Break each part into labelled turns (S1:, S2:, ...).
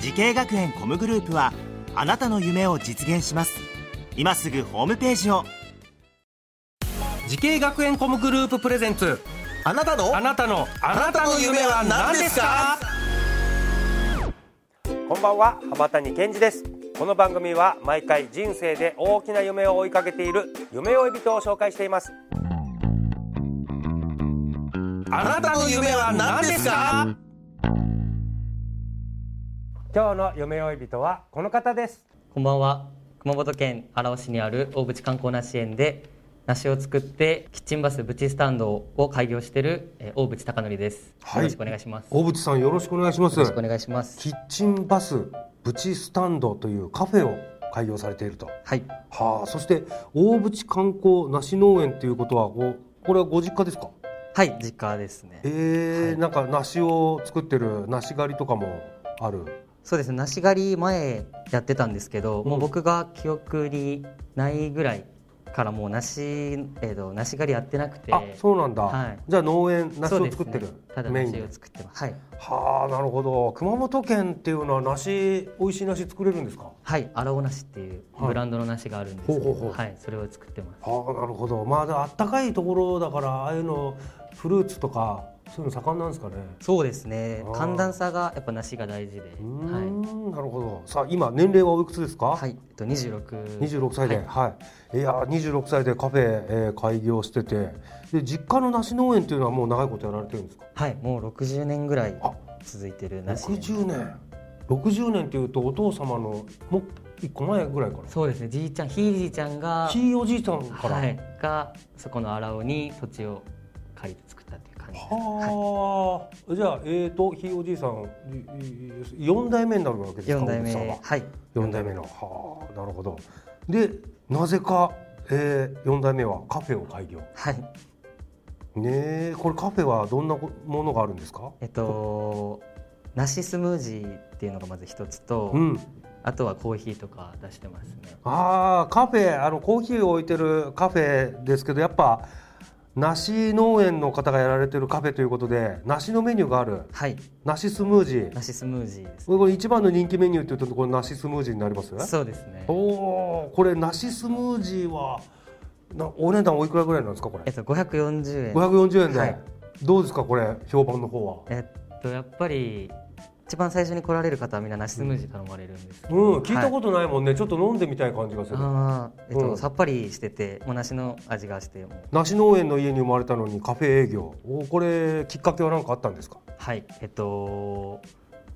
S1: 時系学園コムグループはあなたの夢を実現します今すぐホームページを
S2: 時系学園コムグループプレゼンツ
S3: あなたの
S2: あなたのあなたの夢は何ですか
S4: こんばんは浜谷健二ですこの番組は毎回人生で大きな夢を追いかけている夢追い人を紹介しています
S2: あなたの夢は何ですか
S4: 今日の夢追い人はこの方です
S5: こんばんは熊本県荒尾市にある大淵観光梨園で梨を作ってキッチンバスブチスタンドを開業しているえー大淵貴則です、よろしくお願いしますよ
S3: 大渕さんよろしくお願いします
S5: ろしくお願いします
S3: キッチンバスブチスタンドというカフェを開業されていると
S5: はい
S3: はあそして大淵観光梨農園ということはこうこれはご実家ですか
S5: はい実家ですね
S3: えーなんか梨を作ってる梨狩りとかもある
S5: そうですね梨狩り前やってたんですけど、もう僕が記憶にないぐらいからもう梨,、えー、と梨狩りやってなくて
S3: あそうなんだ、
S5: はい
S3: じゃあ農園梨
S5: そう
S3: を
S5: です
S3: 作ってる、
S5: ね、ただ
S3: メイン
S5: 梨
S3: で
S5: を作ってますはい
S3: はあなるほど熊本県っていうのは梨美味しい梨作れるんですか
S5: はい荒尾梨っていう
S3: はい
S5: ブランドの梨があるんですけど、
S3: ほうほうほう
S5: はい、それを作ってます
S3: はあなるほどまあでもあったかいところだからああいうのフルーツとかそういうの盛んなんですかね
S5: そうですね
S3: あー
S5: 寒暖差がやっぱ梨が大事で、は
S3: うー
S5: い
S3: んなるほどさあ今年齢はおいくつですか、
S5: はいえっと、26
S3: 26歳で、はいい、やー26歳でカフェ、えー開業しててで実家の梨農園っていうのはもう長いことやられてるんですか
S5: はいもう60年ぐらい
S3: あ
S5: 続いてる梨園
S3: 60年60年っていうとお父様のもう1個前ぐらいか
S5: そうですねじいちゃんひいじいちゃんが
S3: なひいおじいさんから、
S5: はい、がそこの荒尾に土地を借りて作ったっていう感じですは
S3: はあ、じゃあ、えー、とひいおじいさんいい四代目になるわけで
S5: い、
S3: すか
S5: 4代目
S3: お父様
S5: はい
S3: 四代目のはあなるほどでなぜか、えー、4代目はカフェを開業
S5: はい
S3: ねえこれカフェはどんなこものがあるんですか
S5: えっと梨スムージーっていうのがまず一つと、
S3: うん
S5: あとはコーヒーとか出してますね
S3: ああカフェあのコーヒーを置いてるカフェですけどやっぱ梨農園の方がやられてるカフェということで梨のメニューがある
S5: はい
S3: 梨スムージー
S5: 梨スムージーです
S3: これ一番の人気メニューっていうとこれ梨スムージーになります
S5: そうですね
S3: おおーこれ梨スムージーはなお値段おいくらぐらいなんですかこ
S5: え
S3: れ
S5: っと540円
S3: 540円で、
S5: はい
S3: どうですかこれ評判の方は
S5: えっとやっぱり一番最初に来られる方はみんな梨スムージー頼まれるんですけど、
S3: うん聞いたこととないもんね、ちょっと飲んでみたい感じがする
S5: あーえっと
S3: うん
S5: さっぱりしててもう梨の味がしてもう
S3: 梨農園の家に生まれたのにカフェ営業おこれきっかけは何かあったんですか
S5: はいえっと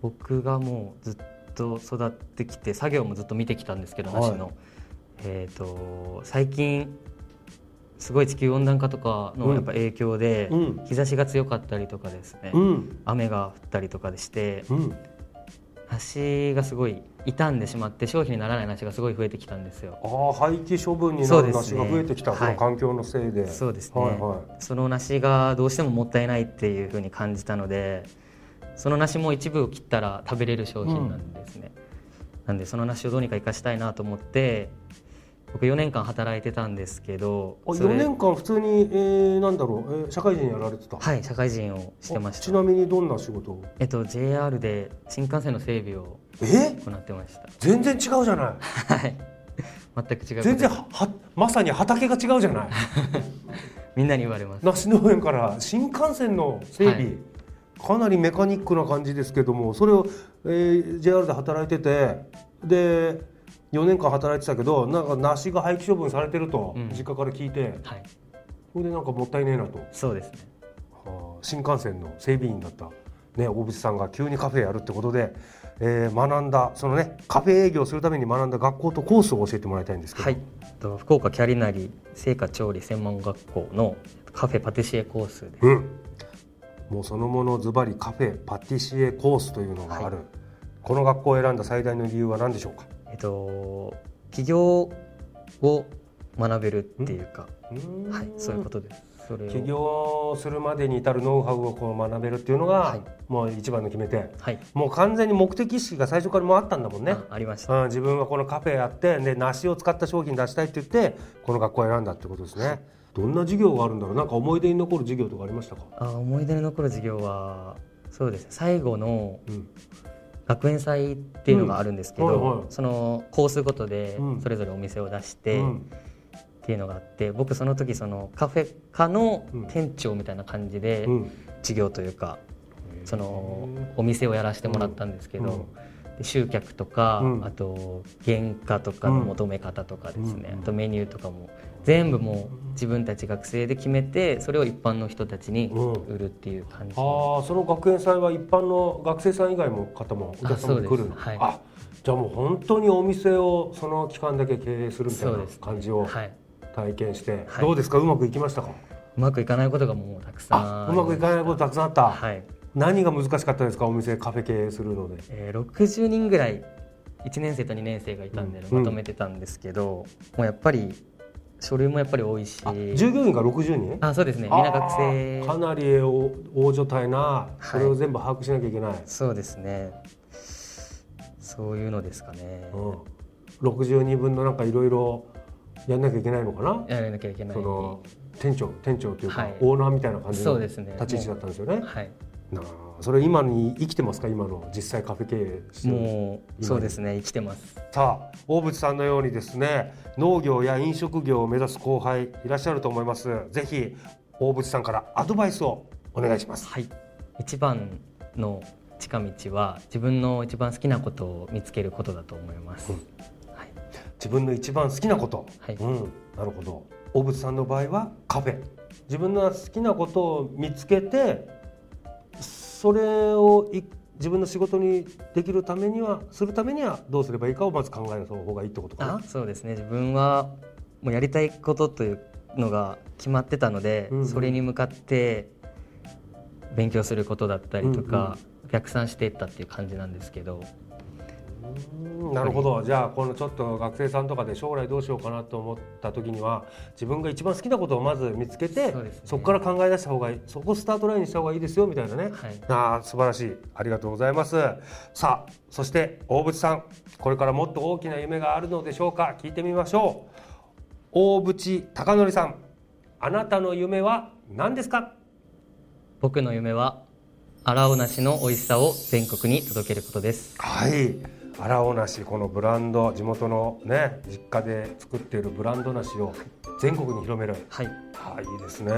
S5: 僕がもうずっと育ってきて作業もずっと見てきたんですけど
S3: はい
S5: 梨の、えっと最近すごい地球温暖化とか
S3: う
S5: の
S3: ん
S5: やっぱ影響で、
S3: うん
S5: 日差しが強かったりとかですね、
S3: うん
S5: 雨が降ったりとかでして
S3: うん
S5: 梨がすごい傷んでしまって商品にならない梨がすごい増えてきたんですよ
S3: ああ廃棄処分に
S5: そ
S3: な
S5: う
S3: る
S5: で
S3: 梨
S5: すね
S3: が増えてきた、
S5: はい
S3: その環境のせいで
S5: そうですね、
S3: はいは
S5: その梨がどうしてももったいないっていう風に感じたのでその梨も一部を切ったら食べれる商品なんですね、なんでその梨をどうにか生かしたいなと思って僕4年間働いてたんですけど
S3: あ
S5: そ
S3: 4
S5: れ
S3: 年間普通に、えー、なんだろう、えー社会人やられてた、
S5: はい社会人をしてまし
S3: あ
S5: た
S3: ちなみにどんな仕事を
S5: えっと JR で新幹線の整備を
S3: え
S5: 行ってまし
S3: 全然違う じゃない
S5: たはい全く違うこと
S3: 全然ははまさに畑が違うじゃない
S5: みんなに言われます
S3: 梨農園から新幹線の整備、
S5: はい
S3: かなりメカニックな感じですけどもそれを、えー JR で働いててで4年間働いてたけどなんか梨が廃棄処分されてると、
S5: うん
S3: 実家から聞いて
S5: はい
S3: それでなんかもったいねえなと、
S5: そうですね
S3: はあ新幹線の整備員だった、ね、大渕さんが急にカフェやるってことで、えー学んだそのねカフェ営業するために学んだ学校とコースを教えてもらいたいんですけど、
S5: はい、えっと福岡キャリナリ製菓調理専門学校のカフェパティシエコースです。
S3: うん、もうそのものズバリカフェパティシエコースというのがある、この学校を選んだ最大の理由は何でしょうか
S5: えっと起業を学べるっていうか、はい、そういうことです。それを
S3: 起業するまでに至るノウハウをこう学べるっていうのが、
S5: はい
S3: もう一番の決め手
S5: はい、
S3: もう完全に目的意識が最初からもうあったんだもんね
S5: あありました。
S3: うん、自分はこのカフェやってで梨を使った商品出したいって言ってこの学校を選んだってことですねどんな授業があるんだろうなんか思い出に残る授業とかありましたか、
S5: あ思い出の残る授業はそうですね最後の
S3: うん
S5: 学園祭っていうのがあるんですけど、
S3: うんはいはい
S5: そのコースごとで
S3: うん
S5: それぞれお店を出し
S3: う
S5: てっ
S3: ん
S5: ていうのがあって、僕その時そのカフェ課の店長みたいな感じで
S3: うん
S5: 授業というか、そのお店をやらせてもらったんですけど、で集客とか、
S3: うん
S5: あと原価とかの求め方とかですね、
S3: うん
S5: あとメニューとかも全部もう自分たち学生で決めてそれを一般の人たちに売るっていう感じで、
S3: ああその学園祭は一般の学生さん以外も方もお客さんも来
S5: あそ
S3: る
S5: う
S3: の
S5: ですはい
S3: あじゃあもう本当にお店をその期間だけ経営するみたい
S5: そ
S3: な
S5: うです
S3: 感じを
S5: はい、
S3: 体験して、
S5: はい
S3: どうですかうまくいきましたか、
S5: うまくいかないことがもうたくさん
S3: あうまくいかないことたくさんあった、
S5: はい、
S3: 何が難しかったですかお店カフェ経営するので
S5: えー、60人ぐらい1年生と2年生がいたんで
S3: うん
S5: まとめてたんですけど、もうやっぱり書類もやっぱり多いし
S3: あ従業員が60人
S5: あそうですねみんな学生
S3: あーかなり大大所帯な
S5: はい
S3: それを全部把握しなきゃいけない、
S5: そうですねそういうのですかね、
S3: うん、62分のなんかいろいろやんなきゃいけないのかな
S5: やらなきゃいけない
S3: その店長店長というか、
S5: はい
S3: オーナーみたいな感じ
S5: そ
S3: の
S5: うで
S3: 立
S5: すね
S3: ち位置だったんですよね
S5: はい
S3: なあそれ今に生きてますか今の実際カフェ経営してる
S5: もうそうですね生きてます
S3: さあ大渕さんのようにですね農業や飲食業を目指す後輩いらっしゃると思いますぜひ大渕さんからアドバイスをお願いします
S5: はい一番の近道は自分の一番好きなことを見つけることだと思います、
S3: うん
S5: はい、
S3: 自分の一番好きなこと、
S5: はい
S3: うん、なるほど大渕さんの場合はカフェ自分の好きなことを見つけてそれをい自分の仕事にできるためにはするためにはどうすればいいかをまず考えた方がいいってことか
S5: あ
S3: な
S5: そうですね自分はもうやりたいことというのが決まってたので、
S3: うんうん
S5: それに向かって勉強することだったりとか、逆算していったっていう感じなんですけど
S3: うんなるほどじゃあこのちょっと学生さんとかで将来どうしようかなと思った時には自分が一番好きなことをまず見つけて
S5: そうですね
S3: そこ、から考え出した方がいいそこスタートラインにした方がいいですよみたいなね、
S5: はい、
S3: あー素晴らしいありがとうございますさあそして大渕さんこれからもっと大きな夢があるのでしょうか聞いてみましょう大渕貴則さんあなたの夢は何ですか
S5: 僕の夢は荒尾梨の美味しさを全国に届けることです
S3: はい荒尾梨このブランド地元のね実家で作っているブランド梨を全国に広める
S5: はい
S3: はいいいですね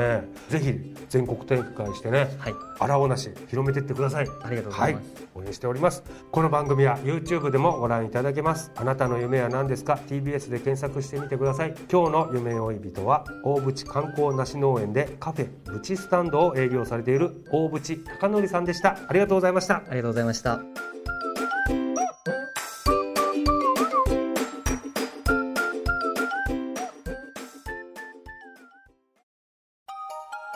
S3: ぜひ全国展開してね
S5: はい
S3: 荒尾梨広めてってください
S5: ありがとうございます、
S3: はい、応援しておりますこの番組は YouTube でもご覧いただけますあなたの夢は何ですか TBS で検索してみてください今日の夢追い人は大淵観光梨農園でカフェブチスタンドを営業されている大淵貴則さんでしたありがとうございました
S5: ありがとうございました